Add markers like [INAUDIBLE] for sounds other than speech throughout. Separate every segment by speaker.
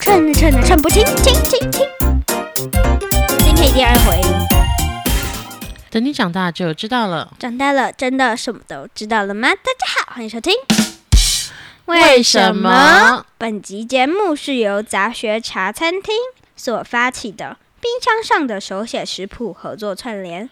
Speaker 1: 蹭着蹭着蹭不清，清清清。今天第二回，
Speaker 2: 等你长大就知道了。
Speaker 1: 长大了真的什么都知道了吗？大家好，欢迎收听。？？本集节目是由杂学茶餐厅所发起的冰箱上的手写食谱合作串联。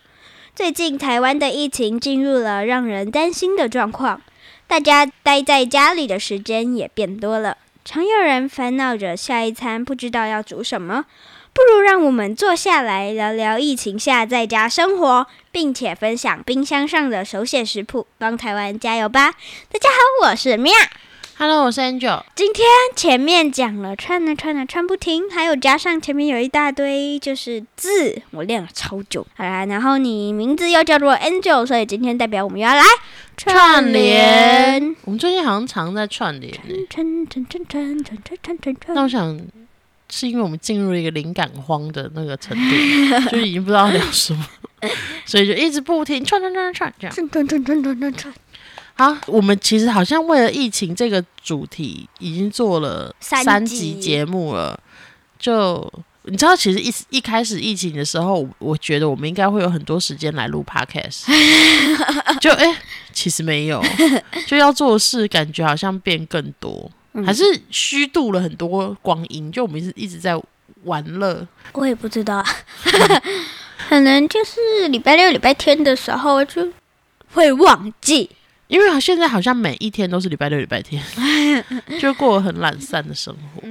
Speaker 1: 最近台湾的疫情进入了让人担心的状况，大家待在家里的时间也变多了，常有人烦恼着下一餐不知道要煮什么。不如让我们坐下来聊聊疫情下在家生活，并且分享冰箱上的手写食谱，帮台湾加油吧！大家好，我是 Mia。
Speaker 2: Hello，我是 Angel。
Speaker 1: 今天前面讲了串了串了串不停，还有加上前面有一大堆就是字，我练了超久。好啦，然后你名字又叫做 Angel，所以今天代表我们要来
Speaker 2: 串联。我们最近好像常在串联呢。
Speaker 1: 串串串串串串串串
Speaker 2: 那
Speaker 1: 串。
Speaker 2: 我想，是因为我们进入一个灵感荒的那个程度，就已经不知道聊什么，所以就一直不停串串串串串这样。
Speaker 1: 串串串串串串串
Speaker 2: 好，啊我们其实好像为了疫情这个主题，已经做了
Speaker 1: 三
Speaker 2: 三
Speaker 1: 集
Speaker 2: 集节目了。就你知道，其实一一开始疫情的时候，我我觉得我们应该会有很多时间来录
Speaker 1: [LAUGHS]
Speaker 2: podcast。就哎、其实没有，就要做的事，感觉好像变更多，
Speaker 1: 嗯
Speaker 2: 还是虚度了很多光阴。就我们一直一直在玩乐，
Speaker 1: 我也不知道， [LAUGHS] 可能就是礼拜六、礼拜天的时候就会忘记。
Speaker 2: 因为现在好像每一天都是礼拜六、礼拜
Speaker 1: [LAUGHS]
Speaker 2: 天，就过得很懒散的生活。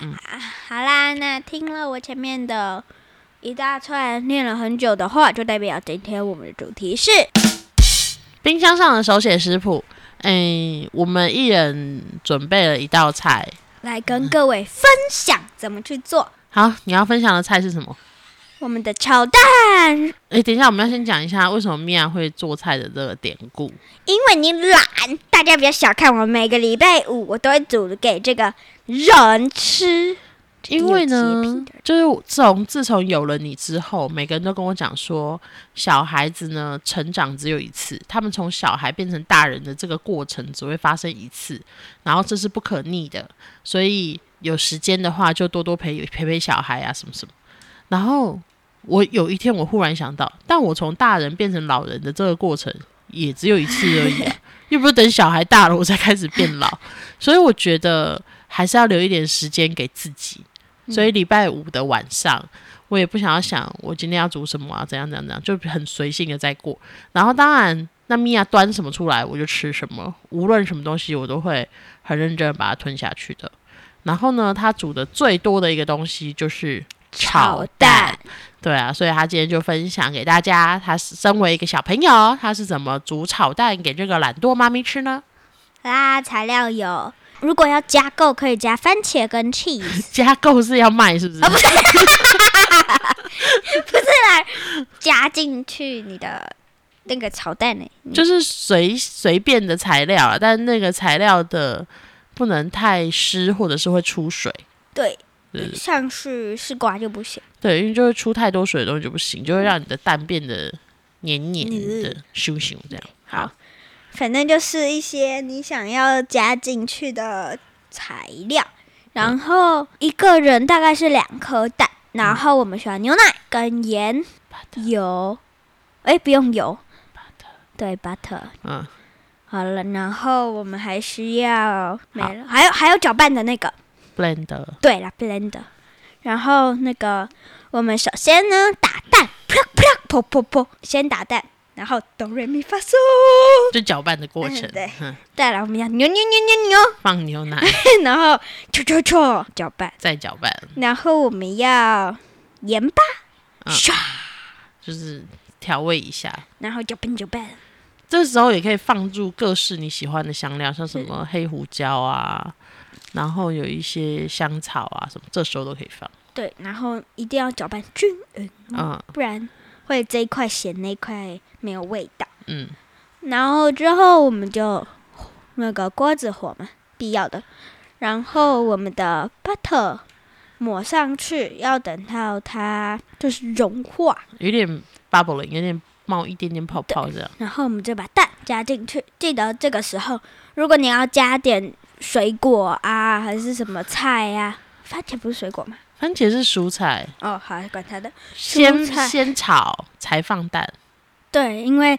Speaker 1: 啊好啦，那听了我前面的一大串念了很久的话，就代表今天我们的主题是
Speaker 2: 冰箱上的手写食谱，诶，我们一人准备了一道菜。
Speaker 1: 来跟各位分享怎么去做
Speaker 2: 好，你要分享的菜是什么？
Speaker 1: 我们的炒蛋，
Speaker 2: 诶，等一下，我们要先讲一下为什么米娅会做菜的这个典故。
Speaker 1: 因为你懒，大家不要小看我，每个礼拜五我都会煮给这个人吃。
Speaker 2: 因为
Speaker 1: 有洁癖
Speaker 2: 呢
Speaker 1: 的人，
Speaker 2: 就是自从自从有了你之后，每个人都跟我讲说，小孩子呢成长只有一次，他们从小孩变成大人的这个过程只会发生一次，然后这是不可逆的，所以有时间的话就多多陪陪陪小孩啊什么什么。然后我有一天我忽然想到，但我从大人变成老人的这个过程也只有一次而已、啊，又不是等小孩大了我才开始变老，所以我觉得还是要留一点时间给自己。所以礼拜五的晚上，我也不想要想我今天要煮什么啊，怎样怎样怎样，就很随性的在过。然后当然，那米娅端什么出来，我就吃什么，无论什么东西，我都会很认真地把它吞下去的。然后呢，她煮的最多的一个东西就是
Speaker 1: 炒
Speaker 2: 炒
Speaker 1: 蛋
Speaker 2: 蛋，对啊，所以她今天就分享给大家，她是身为一个小朋友，她是怎么煮炒蛋给这个懒惰妈咪吃呢？
Speaker 1: 啦，材料有，如果要加购可以加番茄跟 cheese，
Speaker 2: 加购是要卖是不是？
Speaker 1: 加进去你的那个炒蛋呢、
Speaker 2: 就是随随便的材料啊，但那个材料的不能太湿，或者是会出水。
Speaker 1: 对，
Speaker 2: 对
Speaker 1: 像是丝瓜就不行。
Speaker 2: 对，因为就会出太多水的东西就不行，就会让你的蛋变得黏黏的、咻咻这样。好，
Speaker 1: 反正就是一些你想要加进去的材料，然后一个人大概是两颗蛋，然后我们需要牛奶跟盐、油，哎，不用油，对，butter，
Speaker 2: 嗯，
Speaker 1: 好了，然后我们还需要没了，还有还有搅拌的那个，
Speaker 2: blend
Speaker 1: 对了，blender，然后那个我们首先呢打蛋，啪啪噗噗噗，先打蛋，然后哆瑞咪发嗦，
Speaker 2: 就搅拌的过程
Speaker 1: 嗯，对
Speaker 2: 嗯，
Speaker 1: 再来我们要扭扭扭扭扭。
Speaker 2: 放牛奶
Speaker 1: [LAUGHS] 然后戳戳戳搅拌，
Speaker 2: 再搅拌，
Speaker 1: 然后我们要盐巴，
Speaker 2: 嗯
Speaker 1: 唰、
Speaker 2: 就是调味一下。
Speaker 1: 然后搅拌搅拌，
Speaker 2: 这时候也可以放入各式你喜欢的香料，像什么黑胡椒啊，然后有一些香草啊什么，这时候都可以放。
Speaker 1: 对，然后一定要搅拌均匀，
Speaker 2: 嗯
Speaker 1: 不然会这一块咸那一块没有味道。
Speaker 2: 嗯，
Speaker 1: 然后之后我们就那个锅子火嘛，必要的，然后我们的 butter 抹上去，要等到它就是融化，
Speaker 2: 有点 bubbling，有点冒一点点泡泡这样。
Speaker 1: 然后我们就把蛋加进去。记得这个时候，如果你要加点水果啊，还是什么菜呀、番茄不是水果吗？
Speaker 2: 番茄是蔬菜，
Speaker 1: 哦，好，管它的。
Speaker 2: 先
Speaker 1: 蔬菜
Speaker 2: 先炒才放蛋。
Speaker 1: 对，因为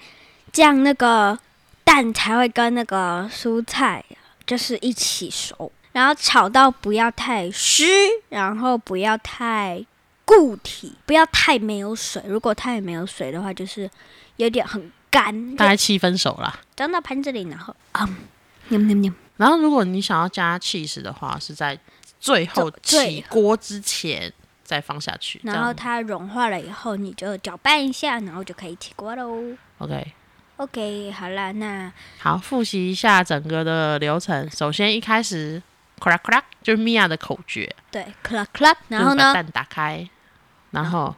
Speaker 1: 这样那个蛋才会跟那个蔬菜就是一起熟，然后炒到不要太湿，然后不要太固体，不要太没有水。如果太没有水的话，就是有点很干，
Speaker 2: 大
Speaker 1: 就
Speaker 2: 概七分熟啦。
Speaker 1: 装到盘子里，然后啊，嗯 [LAUGHS] 喵喵喵，
Speaker 2: 然后如果你想要加 cheese 的话，是在最后
Speaker 1: 最
Speaker 2: 起锅之前再放下去。这
Speaker 1: 然
Speaker 2: 样
Speaker 1: 后它融化了以后，你就搅拌一下，然后就可以起锅喽。
Speaker 2: OK，
Speaker 1: OK，好啦，那
Speaker 2: 好，复习一下整个的流程。首先一开始 crack crack 就是米娅的口诀，
Speaker 1: 对，clap clap，然后
Speaker 2: 就是把
Speaker 1: 呢？
Speaker 2: 蛋打开，然后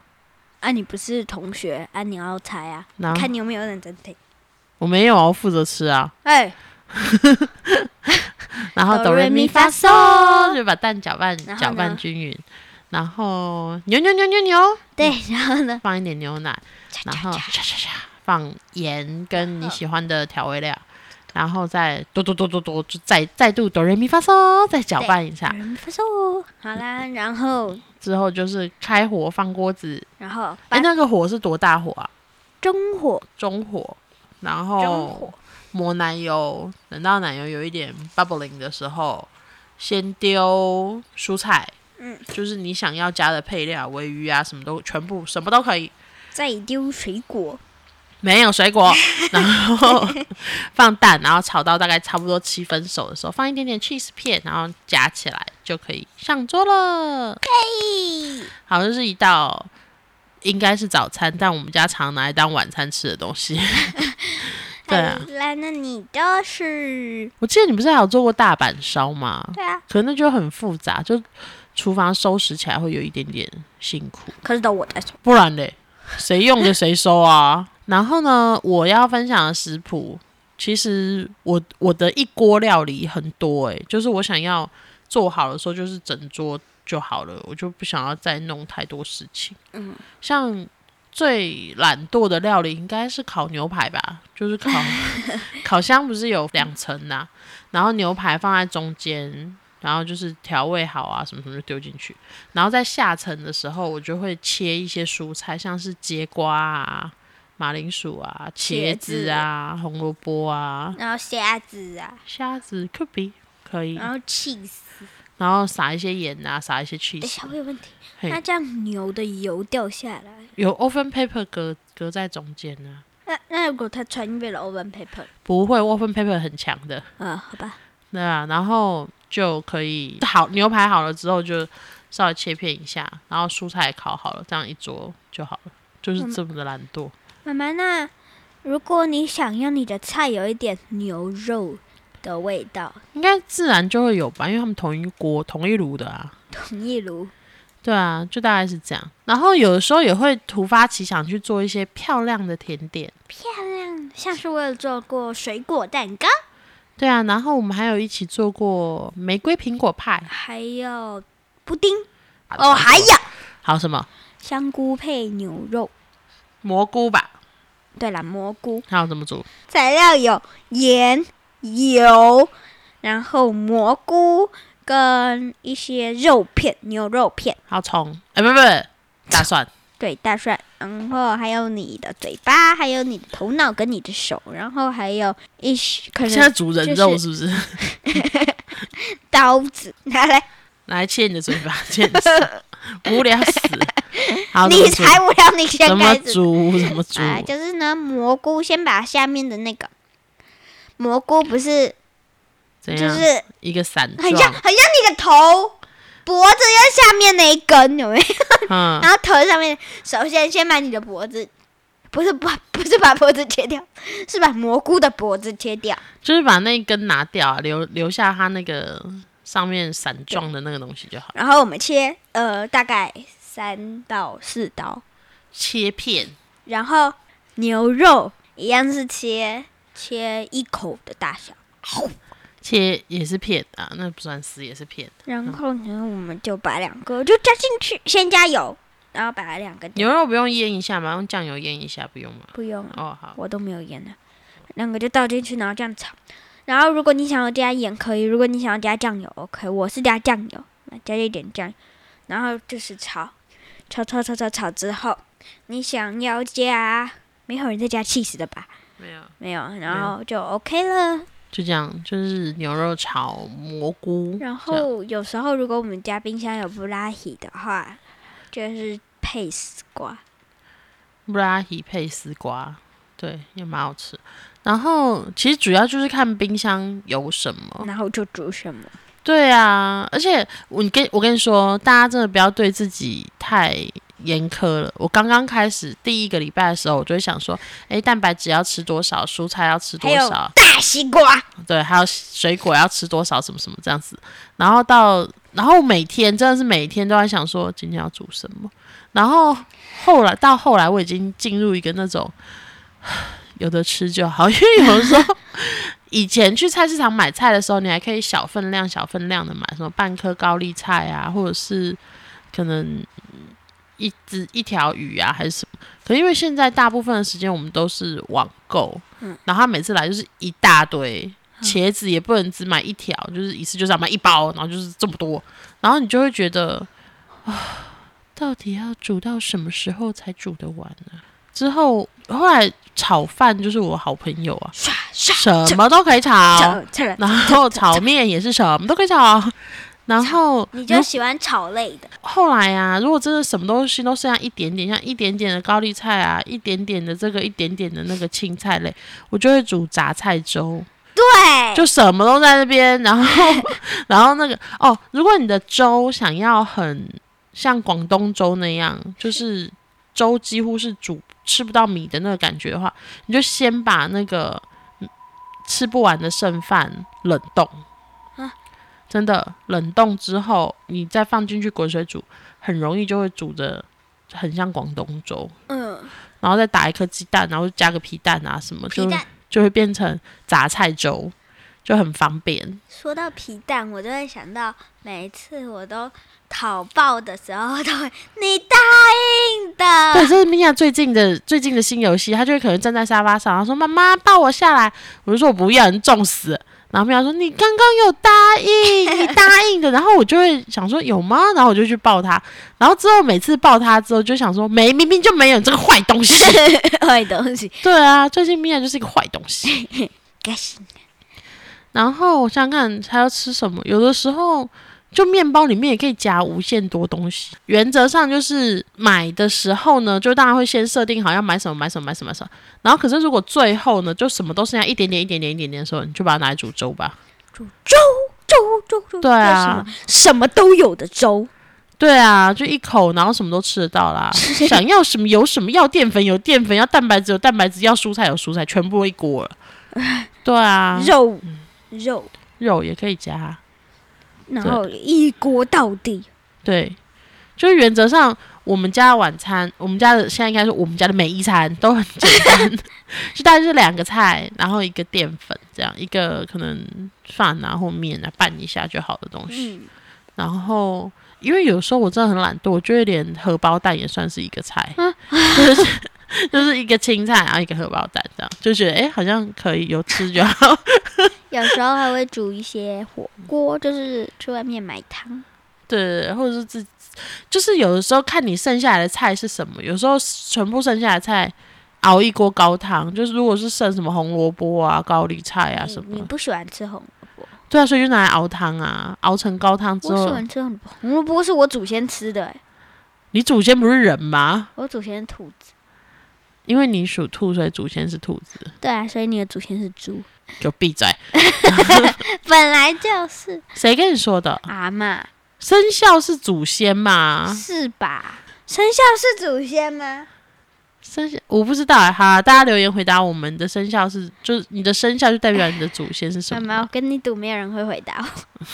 Speaker 1: 啊，你不是同学啊，你要猜啊，
Speaker 2: 然后
Speaker 1: 看你有没有认真听。
Speaker 2: 我没有哦，我负责吃啊。
Speaker 1: 哎，
Speaker 2: 然后
Speaker 1: Do
Speaker 2: 哆瑞
Speaker 1: re
Speaker 2: 咪
Speaker 1: mi
Speaker 2: 发
Speaker 1: fa
Speaker 2: 嗦，
Speaker 1: sol
Speaker 2: 就把蛋搅拌
Speaker 1: 然后呢
Speaker 2: 搅拌均匀，然后牛牛牛牛牛，
Speaker 1: 对，然后呢？
Speaker 2: 放一点牛奶，嗯然后唰唰唰放盐跟你喜欢的调味料，然后再哆哆哆哆哆，就再再度哆瑞咪发嗦，再搅拌一下，
Speaker 1: 发售，好啦，然后
Speaker 2: 之后就是开火放锅子。
Speaker 1: 然后
Speaker 2: 哎、
Speaker 1: 把
Speaker 2: 那个火是多大火啊？
Speaker 1: 中火
Speaker 2: 中火，然
Speaker 1: 中
Speaker 2: 后
Speaker 1: 火
Speaker 2: 抹奶油，等到奶油有一点 bubbling 的时候，先丢蔬菜，
Speaker 1: 嗯，
Speaker 2: 就是你想要加的配料，尾鱼啊，什么都全部什么都可以，
Speaker 1: 再丢水果，
Speaker 2: 没有水果，然后放蛋，然后炒到大概差不多七分熟的时候，放一点点 cheese 片，然后夹起来就可以上桌了。
Speaker 1: 哎嘿，
Speaker 2: 好，这是一道应该是早餐，但我们家常拿来当晚餐吃的东西。 [LAUGHS] 对啊
Speaker 1: 好啦，那你的是？
Speaker 2: 我记得你不是还有做过大阪烧吗？
Speaker 1: 对啊，
Speaker 2: 可能那就很复杂，就厨房收拾起来会有一点点辛苦。
Speaker 1: 可是都我在说，
Speaker 2: 不然嘞，谁用的谁收啊？ [LAUGHS] 然后呢，我要分享的食谱，其实我我的一锅料理很多诶、欸就是我想要做好的时候，就是整桌就好了，我就不想要再弄太多事情。嗯，像最懒惰的料理应该是烤牛排吧，就是 [LAUGHS] 烤烤箱不是有两层呐，然后牛排放在中间。然后就是调味好啊，什么什么就丢进去。然后在下层的时候，我就会切一些蔬菜，像是节瓜啊、马铃薯啊、茄
Speaker 1: 茄
Speaker 2: 子啊、红萝卜啊、
Speaker 1: 然后虾子啊，
Speaker 2: 虾子、could be 可以，
Speaker 1: 然后 cheese。哎
Speaker 2: 然后撒一些盐啊，撒一些
Speaker 1: 等一
Speaker 2: cheese，
Speaker 1: 下，我有问题，
Speaker 2: 嘿
Speaker 1: 那这样牛的油掉下来，
Speaker 2: 有 oven paper 隔隔在中间呢、
Speaker 1: 那那如果它穿越了 oven paper，
Speaker 2: 不会 oven paper 很强的，
Speaker 1: 呃，好吧，
Speaker 2: 对啊，然后就可以好牛排好了之后就稍微切片一下，然后蔬菜烤好了，这样一桌就好了，就是这么的懒惰。
Speaker 1: 妈妈，那如果你想要你的菜有一点牛肉的味道，
Speaker 2: 应该自然就会有吧，因为他们同一锅、同一炉的啊。
Speaker 1: 同一炉
Speaker 2: 对啊，就大概是这样。然后有的时候也会突发奇想去做一些漂亮的甜点。
Speaker 1: 像是我有做过水果蛋糕，
Speaker 2: 对啊，然后我们还有一起做过玫瑰苹果派。
Speaker 1: 还有布丁，哦，还有
Speaker 2: 好什么
Speaker 1: 香菇配牛肉。
Speaker 2: 蘑菇吧？
Speaker 1: 对啦，蘑菇
Speaker 2: 还有怎么煮？
Speaker 1: 材料有盐、油，然后蘑菇跟一些肉片，牛肉片，
Speaker 2: 还有葱？哎，不不不，
Speaker 1: [LAUGHS]
Speaker 2: 大蒜。
Speaker 1: 对，大蒜，然后还有你的嘴巴，还有你的头脑跟你的手，然后还有一些可
Speaker 2: 现在
Speaker 1: 能
Speaker 2: 煮人
Speaker 1: 就是
Speaker 2: 肉是不是？
Speaker 1: [LAUGHS] 刀子，拿来，
Speaker 2: 来切你的嘴巴， [LAUGHS] 切你
Speaker 1: [LAUGHS]
Speaker 2: 的手，无聊死。好，怎么
Speaker 1: 你
Speaker 2: 煮
Speaker 1: 才无聊，你先
Speaker 2: 怎么
Speaker 1: 开始
Speaker 2: 煮？怎么煮？
Speaker 1: 啊，就是呢，蘑菇先把下面的那个蘑菇不是，
Speaker 2: 怎
Speaker 1: 就
Speaker 2: 样？
Speaker 1: 是
Speaker 2: 一个伞
Speaker 1: 很像
Speaker 2: 状
Speaker 1: 很，像你的头、脖子跟下面那一根，有没有？
Speaker 2: 嗯，
Speaker 1: 然后头上面，首先先把你的脖子，不是把不是把脖子切掉，是把蘑菇的脖子切掉，
Speaker 2: 就是把那一根拿掉、啊，留留下它那个上面伞状的那个东西就好。
Speaker 1: 然后我们切呃大概三到四刀，
Speaker 2: 切片，
Speaker 1: 然后牛肉一样是切切一口的大小。
Speaker 2: 切也是片啊，那不算丝，也是片。
Speaker 1: 然后呢，我们就把两个就加进去，先加油，然后把两个
Speaker 2: 牛肉不用腌一下吗？用酱油腌一下不用吗？
Speaker 1: 不用，
Speaker 2: 哦，好，
Speaker 1: 我都没有盐的，两个就倒进去，然后这样炒。然后如果你想要加盐可以，如果你想要加酱油，OK，我是加酱油，加一点酱，然后就是炒，炒炒炒炒炒之后，你想要加，没有人再加 cheese 的吧？
Speaker 2: 没有，
Speaker 1: 没有，然后就 OK 了。
Speaker 2: 就这样，就是牛肉炒蘑菇，
Speaker 1: 然后有时候如果我们家冰箱有布拉提的话，就是配丝瓜。
Speaker 2: 布拉提配丝瓜，对，也蛮好吃。然后其实主要就是看冰箱有什么。
Speaker 1: 然后就煮什么？
Speaker 2: 对啊，而且我你跟我跟你说，大家真的不要对自己太严苛了。我刚刚开始第一个礼拜的时候，我就会想说，诶，蛋白质要吃多少，蔬菜要吃多
Speaker 1: 还有
Speaker 2: 少，
Speaker 1: 大啊西瓜。
Speaker 2: 对，还有水果要吃多少，什么什么这样子。然后到，然后每天真的是每天都在想说今天要煮什么。然后后来到后来，我已经进入一个那种有的吃就好，因为有的时候以前去菜市场买菜的时候，你还可以小分量、小分量的买，什么半颗高丽菜啊，或者是可能一只一条鱼啊，还是什么。可因为现在大部分的时间我们都是网购，然后他每次来就是一大堆。
Speaker 1: 嗯
Speaker 2: 茄子也不能只买一条，就是一次就是要买一包，然后就是这么多，然后你就会觉得啊，到底要煮到什么时候才煮得完呢、之后后来炒饭就是我好朋友啊，
Speaker 1: 刷刷
Speaker 2: 什么都可以炒，
Speaker 1: 炒炒了，
Speaker 2: 然后炒面也是什么都可以炒，然后
Speaker 1: 你
Speaker 2: 如
Speaker 1: 就喜欢炒类的，
Speaker 2: 后来啊，如果真的什么东西都剩下一点点，像一点点的高丽菜啊，一点点的这个，一点点的那个青菜类，我就会煮杂菜粥。
Speaker 1: 对，
Speaker 2: 就什么都在那边，然后 [LAUGHS] 然后那个哦，如果你的粥想要很像广东粥那样，就是粥几乎是煮吃不到米的那个感觉的话，你就先把那个嗯吃不完的剩饭冷冻
Speaker 1: 啊。
Speaker 2: 真的冷冻之后，你再放进去滚水煮，很容易就会煮的很像广东粥。
Speaker 1: 嗯，
Speaker 2: 然后再打一颗鸡蛋，然后加个皮蛋啊什么，
Speaker 1: 皮
Speaker 2: 就
Speaker 1: 蛋。
Speaker 2: 就会变成杂菜粥，就很方便。
Speaker 1: 说到皮蛋，我就会想到每次我都讨爆的时候，都会你答应
Speaker 2: 对，
Speaker 1: [LAUGHS] 的，
Speaker 2: 这是米娅最近的最近的新游戏，她就会可能站在沙发上，然后说：“妈妈，抱我下来。”我就说：“我不要，你重死了。”然后米娅说：“你刚刚有答应，你答应的。”然后我就会想说：“有吗？”然后我就去抱她，然后之后每次抱她之后，就想说：“没，明明就没有，你这个坏东西。
Speaker 1: 坏东西，”
Speaker 2: 对啊，最近米娅就是一个坏东西。
Speaker 1: 该死，
Speaker 2: 然后我想想看还要吃什么，有的时候就面包里面也可以夹无限多东西。原则上就是买的时候呢，就当然会先设定好要买什么买什么买什么买什么。然后可是如果最后呢，就什么都剩下一点点一点点一点点的时候，你就把它拿来煮粥吧。
Speaker 1: 粥粥粥，
Speaker 2: 对啊
Speaker 1: 为什么，什么都有的粥，
Speaker 2: 对啊，就一口，然后什么都吃得到啦。想要什么有什么，要淀粉有淀粉，要蛋白质有蛋白质，要蔬菜有蔬菜，全部一锅了。对啊，嗯
Speaker 1: 肉肉，
Speaker 2: 肉也可以加。
Speaker 1: 然后一锅到底，
Speaker 2: 对，就是原则上我们家的晚餐，我们家的现在应该说我们家的每一餐都很简单， [LAUGHS] 就大概是两个菜，然后一个淀粉这样，一个可能饭啊或面啊拌一下就好的东西。
Speaker 1: 嗯，
Speaker 2: 然后因为有时候我真的很懒惰，我就会连荷包蛋也算是一个菜， [LAUGHS] 就是就是一个青菜，然后一个荷包蛋这样，就觉得哎、诶好像可以有吃就好。
Speaker 1: 有时候还会煮一些火锅，就是去外面买汤，
Speaker 2: 对，或者是自己，就是有的时候看你剩下来的菜是什么，有时候全部剩下来的菜熬一锅高汤，就是如果是剩什么红萝卜啊、高丽菜啊
Speaker 1: 你
Speaker 2: 什
Speaker 1: 你
Speaker 2: 么，
Speaker 1: 不喜欢吃红萝卜，
Speaker 2: 对啊，所以就拿来熬汤啊，熬成高汤之
Speaker 1: 我喜
Speaker 2: 后，
Speaker 1: 欢吃红萝卜，红萝卜是我祖先吃的、欸，
Speaker 2: 你祖先不是人吗？
Speaker 1: 我祖先是兔子，
Speaker 2: 因为你属兔，所以祖先是兔子，
Speaker 1: 对啊，所以你的祖先是猪，
Speaker 2: 给我闭嘴！
Speaker 1: 本来就是
Speaker 2: 谁跟你说的？
Speaker 1: 啊阿妈，
Speaker 2: 生肖是祖先嘛？
Speaker 1: 是吧？生肖是祖先吗？
Speaker 2: 生肖我不知道、啊，好啊，大家留言回答我们的生肖是，就是你的生肖就代表你的祖先是什
Speaker 1: 妈
Speaker 2: 么
Speaker 1: 妈，我跟你赌，没有人会回答我。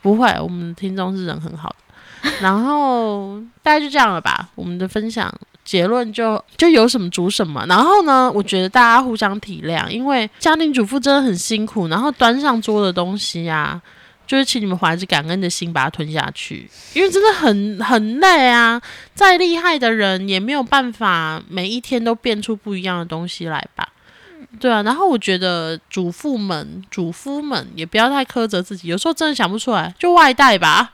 Speaker 2: 不会，我们的听众是人很好的。 [LAUGHS] 然后大概就这样了吧，我们的分享结论就就有什么煮什么。然后呢，我觉得大家互相体谅，因为家庭主妇真的很辛苦。然后端上桌的东西啊，就是请你们怀着感恩的心把它吞下去，因为真的很很累啊。再厉害的人也没有办法每一天都变出不一样的东西来吧。对啊，然后我觉得主妇们、主夫们也不要太苛责自己，有时候真的想不出来，就外带吧，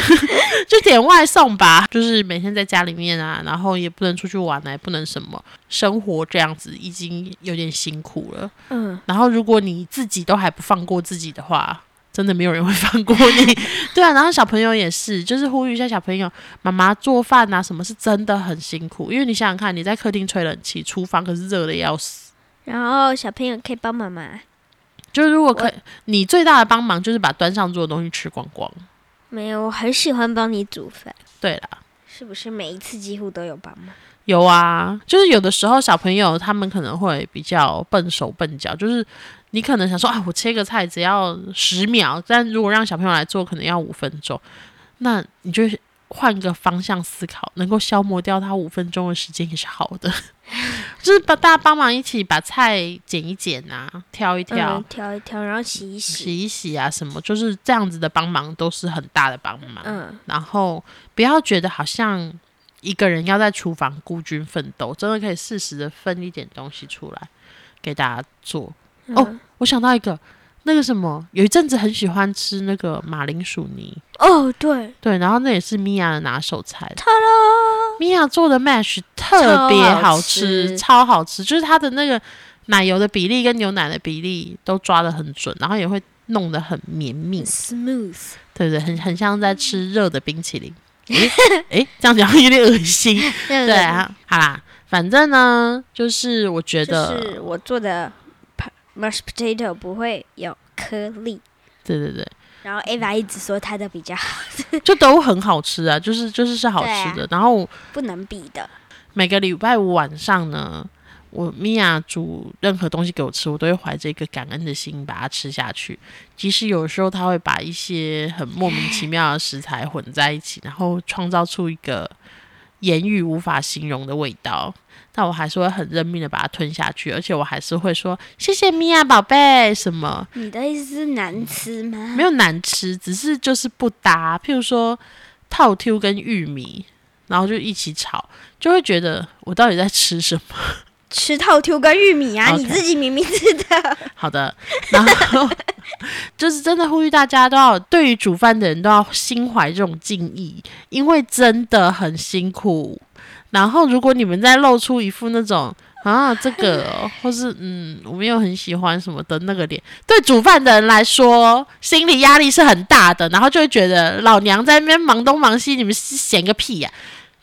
Speaker 2: [LAUGHS] 就点外送吧，就是每天在家里面啊，然后也不能出去玩啊，也不能什么，生活这样子已经有点辛苦了。
Speaker 1: 嗯，
Speaker 2: 然后如果你自己都还不放过自己的话，真的没有人会 [LAUGHS] 放过你。对啊，然后小朋友也是，就是呼吁一下小朋友，妈妈做饭啊什么是真的很辛苦，因为你想想看，你在客厅吹冷气，厨房可是热的要
Speaker 1: [LAUGHS]
Speaker 2: 死。
Speaker 1: 然后小朋友可以帮妈妈，
Speaker 2: 就是如果可，你最大的帮忙就是把端上桌的东西吃光光。
Speaker 1: 没有，我很喜欢帮你煮饭，
Speaker 2: 对啦，
Speaker 1: 是不是每一次几乎都有帮忙？
Speaker 2: 有啊，就是有的时候小朋友他们可能会比较笨手笨脚，就是你可能想说啊，我切个菜只要十秒，但如果让小朋友来做，可能要五分钟，那你就换个方向思考，能够消磨掉他五分钟的时间也是好 [LAUGHS] 的，就是把大家帮忙一起把菜剪一剪啊，挑一挑。
Speaker 1: 嗯，挑一挑，然后洗一洗。
Speaker 2: 洗一洗啊，什么就是这样子的帮忙都是很大的帮忙。
Speaker 1: 嗯，
Speaker 2: 然后不要觉得好像一个人要在厨房孤军奋斗，真的可以适时的分一点东西出来给大家做。
Speaker 1: 嗯
Speaker 2: 哦我想到一个，那个什么，有一阵子很喜欢吃那个马铃薯泥，
Speaker 1: 哦，对，
Speaker 2: 对，然后那也是米娅的拿手菜。米娅做的 mash 特别
Speaker 1: 超好
Speaker 2: 好
Speaker 1: 吃
Speaker 2: 吃，超好吃，就是它的那个奶油的比例跟牛奶的比例都抓得很准，然后也会弄得很绵密。
Speaker 1: ，smooth，
Speaker 2: 对对，很很像在
Speaker 1: 嗯
Speaker 2: 吃热的冰淇淋。诶，诶这样讲有点恶心。
Speaker 1: [LAUGHS] 对
Speaker 2: 对，啊，好啦，反正呢，就是我觉
Speaker 1: 就
Speaker 2: 得，
Speaker 1: 是我做的 pa- mashed potato 不会有颗粒。
Speaker 2: 对对对，
Speaker 1: 然后 Ava 一直说她的比较好，
Speaker 2: 就都很好吃啊，就是就是是好吃
Speaker 1: 啊
Speaker 2: 的。然后
Speaker 1: 不能比的。
Speaker 2: 每个礼拜五晚上呢，我米娅煮任何东西给我吃，我都会怀着一个感恩的心把它吃下去。即使有时候她会把一些很莫名其妙的食材混在一起，然后创造出一个言语无法形容的味道，但我还是会很认命的把它吞下去，而且我还是会说谢谢米娅宝贝什么。
Speaker 1: 你的意思是难吃吗？
Speaker 2: 没有难吃，只是就是不搭。譬如说套 Q 跟玉米，然后就一起炒，就会觉得我到底在吃什么？
Speaker 1: 吃套丢跟玉米啊
Speaker 2: OK
Speaker 1: 你自己明明知道。
Speaker 2: 好的，然后 [LAUGHS] 就是真的呼吁大家都要对于煮饭的人都要心怀这种敬意，因为真的很辛苦。然后如果你们再露出一副那种。啊，这个哦、或是嗯，我没有很喜欢什么的那个脸，对煮饭的人来说，心理压力是很大的，然后就会觉得老娘在那边忙东忙西，你们是闲个屁呀、啊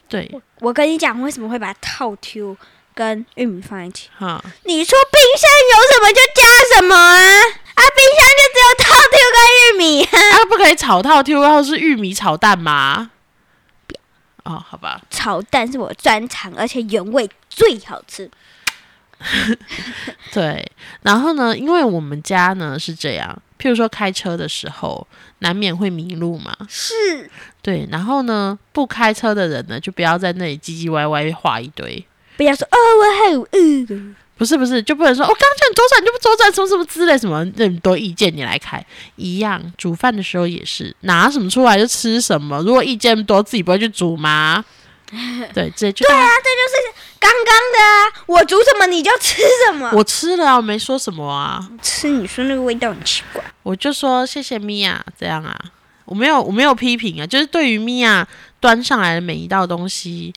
Speaker 2: 对，
Speaker 1: [LAUGHS] 我跟你讲，为什么会把套丢跟玉米放在一起？
Speaker 2: 哈，
Speaker 1: 你说冰箱有什么就加什么啊？啊，冰箱就只有套丢跟玉米啊。
Speaker 2: 啊，不可以炒套 Q，或是玉米炒蛋吗？哦，好吧，
Speaker 1: 炒蛋是我专长，而且原味最好吃。
Speaker 2: 对，然后呢，因为我们家呢是这样，譬如说开车的时候，难免会迷路嘛。
Speaker 1: 是，
Speaker 2: 对，然后呢，不开车的人呢，就不要在那里唧唧歪歪画一堆。
Speaker 1: 不要说哦，我很饿。
Speaker 2: 不是不是，就不能说我、哦、刚叫你左转你就不左转，什么什么之类什么，那么多意见你来开。一样，煮饭的时候也是，拿什么出来就吃什么。如果意见多，自己不会去煮吗？ [LAUGHS] 对，这就对啊，
Speaker 1: 刚刚的啊，我煮什么你就吃什么。
Speaker 2: 我吃了啊，我没说什么啊。
Speaker 1: 吃你说那个味道很奇怪，
Speaker 2: 我就说谢谢米娅，这样啊，我没有我没有批评啊，就是对于米娅端上来的每一道东西，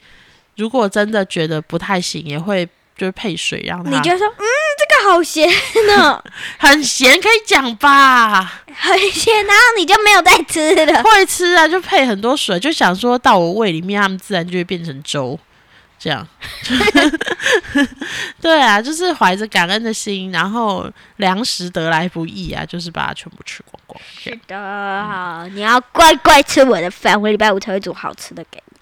Speaker 2: 如果真的觉得不太行，也会就是配水让它。
Speaker 1: 你就说嗯，这个好咸哦， [LAUGHS]
Speaker 2: 很咸，可以讲吧？
Speaker 1: 很咸，然后你就没有再吃了。
Speaker 2: 会吃啊，就配很多水，就想说到我胃里面，它们自然就会变成粥。这样， [LAUGHS] 对啊，就是怀着感恩的心，然后粮食得来不易啊，就是把它全部吃光光。这样
Speaker 1: 是的，好，你要乖乖吃我的饭，我礼拜五才会煮好吃的给你，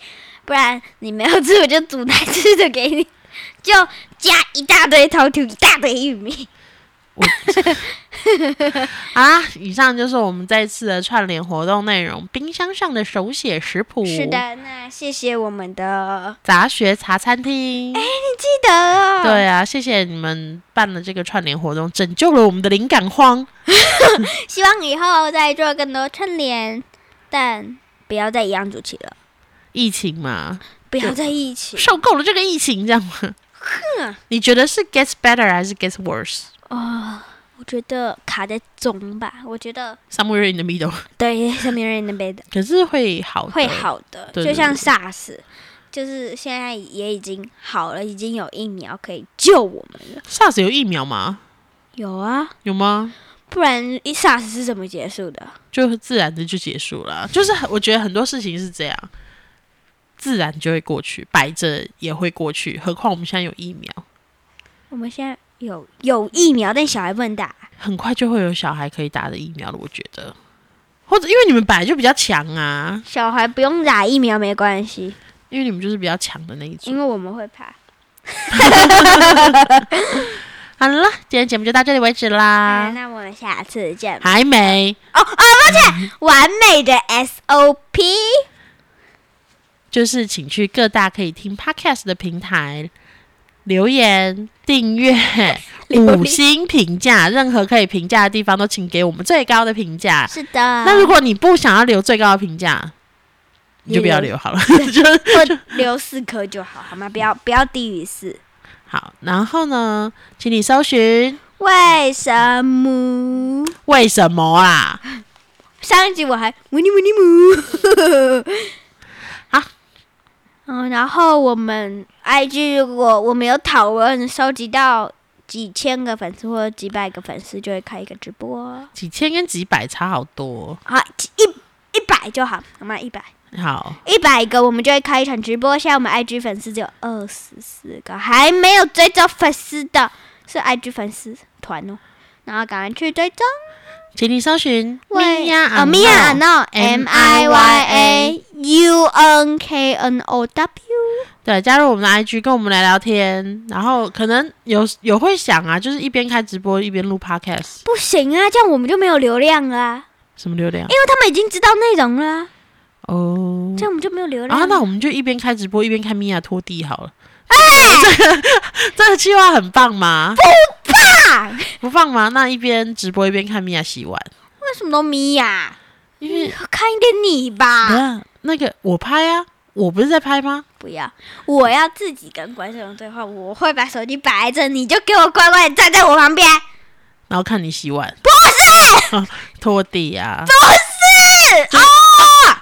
Speaker 1: 不然你没有吃我就煮难吃的给你， [LAUGHS] 就加一大堆头土，一大堆玉米。
Speaker 2: 好啦，啊以上就是我们这一次的串联活动内容——冰箱上的手写食谱。
Speaker 1: 是，的，那谢谢我们的，
Speaker 2: 杂学茶餐厅。
Speaker 1: 记得哦，
Speaker 2: 对啊，谢谢你们办了这个串联活动，拯救了我们的灵感荒。
Speaker 1: 希望以后再做更多春联，但不要再一样煮起了，
Speaker 2: 疫情嘛，
Speaker 1: 不要在一起。 [LAUGHS]
Speaker 2: 受够了这个疫情，这样吗？
Speaker 1: 啊
Speaker 2: 你觉得是 gets better 还是 gets worse？
Speaker 1: 哦，我觉得卡在中吧，我觉得
Speaker 2: Somewhere in the middle，
Speaker 1: 对，上面人那边的
Speaker 2: 可是会好的，
Speaker 1: 会好的，
Speaker 2: 对
Speaker 1: 就
Speaker 2: 对
Speaker 1: 像
Speaker 2: 对
Speaker 1: SARS，就是现在也已经好了，已经有疫苗可以救我们了。
Speaker 2: SARS 有疫苗吗？
Speaker 1: 有啊，
Speaker 2: 有吗？
Speaker 1: 不然 SARS 是怎么结束的？
Speaker 2: 就自然的就结束了啊。就是很我觉得很多事情是这样，自然就会过去，摆着也会过去。何况我们现在有疫苗，
Speaker 1: 我们现在有有疫苗，但小孩不能打。
Speaker 2: 很快就会有小孩可以打的疫苗了。我觉得，或者因为你们本来就比较强啊，
Speaker 1: 小孩不用打疫苗没关系，
Speaker 2: 因为你们就是比较强的那一
Speaker 1: 因
Speaker 2: 组。
Speaker 1: 为我们会怕。
Speaker 2: 好了，今天节目就到这里为止
Speaker 1: 啊、
Speaker 2: 啦。
Speaker 1: 那我们下次见。
Speaker 2: 还没，
Speaker 1: 完美的 SOP，
Speaker 2: 就是请去各大可以听 podcast 的平台留言、订阅、
Speaker 1: 留言
Speaker 2: 五星评价，任何可以评价的地方都请给我们最高的评价。
Speaker 1: 是的。
Speaker 2: 那如果你不想要留最高的评价，你就不要
Speaker 1: 你留
Speaker 2: 留好了。 [LAUGHS] 就是
Speaker 1: 我留四颗就好，好吗？不要不要低于四。
Speaker 2: 好，然后呢，请你搜寻
Speaker 1: 为什么？
Speaker 2: 为什么啊？
Speaker 1: 上一集我还维尼维尼姆。 [LAUGHS]
Speaker 2: 好。
Speaker 1: 嗯，然后我们 IG 如果我们有讨论，收集到几千个粉丝或者几百个粉丝，就会开一个直播。
Speaker 2: 几千跟几百差好多。
Speaker 1: 好，一一百就好，好吗？一百
Speaker 2: 好，
Speaker 1: 一百个，我们就会开一场直播。现在我们 IG 粉丝只有二十四个，还没有追踪粉丝的，是 IG 粉丝团哦。然后赶快去追踪。
Speaker 2: 请你搜寻
Speaker 1: 喂，
Speaker 2: 啊
Speaker 1: 呃，米娅 n o M
Speaker 2: M
Speaker 1: I
Speaker 2: I
Speaker 1: Y
Speaker 2: Y
Speaker 1: A
Speaker 2: A
Speaker 1: U N K N O W。
Speaker 2: 对，加入我们的 IG，跟我们来聊天。然后可能有有会想啊，就是一边开直播一边录 podcast，
Speaker 1: 不行啊，这样我们就没有流量了啊、
Speaker 2: 什么流量
Speaker 1: 因为他们已经知道内容了啊、
Speaker 2: 哦
Speaker 1: 这样我们就没有流量
Speaker 2: 啊，
Speaker 1: 了。
Speaker 2: 那我们就一边开直播一边看米娅拖地好了。这个 [LAUGHS] 这个计划很棒吗？
Speaker 1: 啊
Speaker 2: 不棒吗？那一边直播一边看米娅洗碗，
Speaker 1: 为什么都米娅？
Speaker 2: 因为
Speaker 1: 看一点你吧，
Speaker 2: 啊，那个我拍啊，我不是在拍吗？
Speaker 1: 不要，我要自己跟观众对话，我会把手机摆着，你就给我乖乖地站在我旁边。
Speaker 2: 然后看你洗碗，不是 [LAUGHS] 拖地啊，
Speaker 1: 是哦，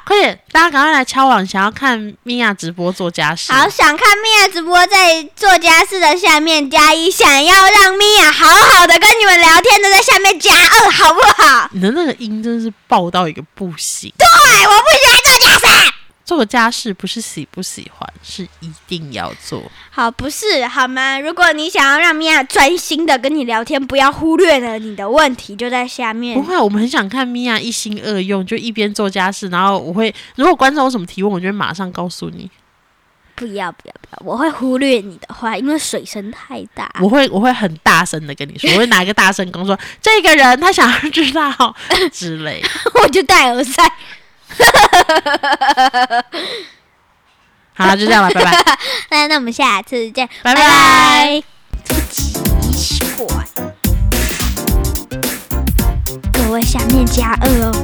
Speaker 2: 快点，大家赶快来敲碗，想要看米娅直播做家事。
Speaker 1: 好想看米娅直播，在做家事的下面加一；想要让米娅好好的跟你们聊天的，在下面加二，好不好？
Speaker 2: 你的那个音真是爆到一个不行。
Speaker 1: 对，我不喜欢做家事。
Speaker 2: 做家事不是喜不喜欢，是一定要做。
Speaker 1: 好，不是好吗？如果你想要让米娅专心的跟你聊天，不要忽略了你的问题，就在下
Speaker 2: 不
Speaker 1: 面。
Speaker 2: 会，我们很想看米娅一心二用，就一边做家事，然后我会，如果观众有什么提问，我就会马上告诉你。
Speaker 1: 不要不要不要，我会忽略你的话，因为水声太大。
Speaker 2: 我会，我会很大声的跟你说，我会拿一个大声公说，这个人他想要知道 [LAUGHS] 之类的。
Speaker 1: [LAUGHS] 我就戴耳塞。
Speaker 2: 好了，就这样了，拜 [LAUGHS] 拜，
Speaker 1: 那那我们下次见，
Speaker 2: 拜拜。。
Speaker 1: 奇怪，各位下面加二哦。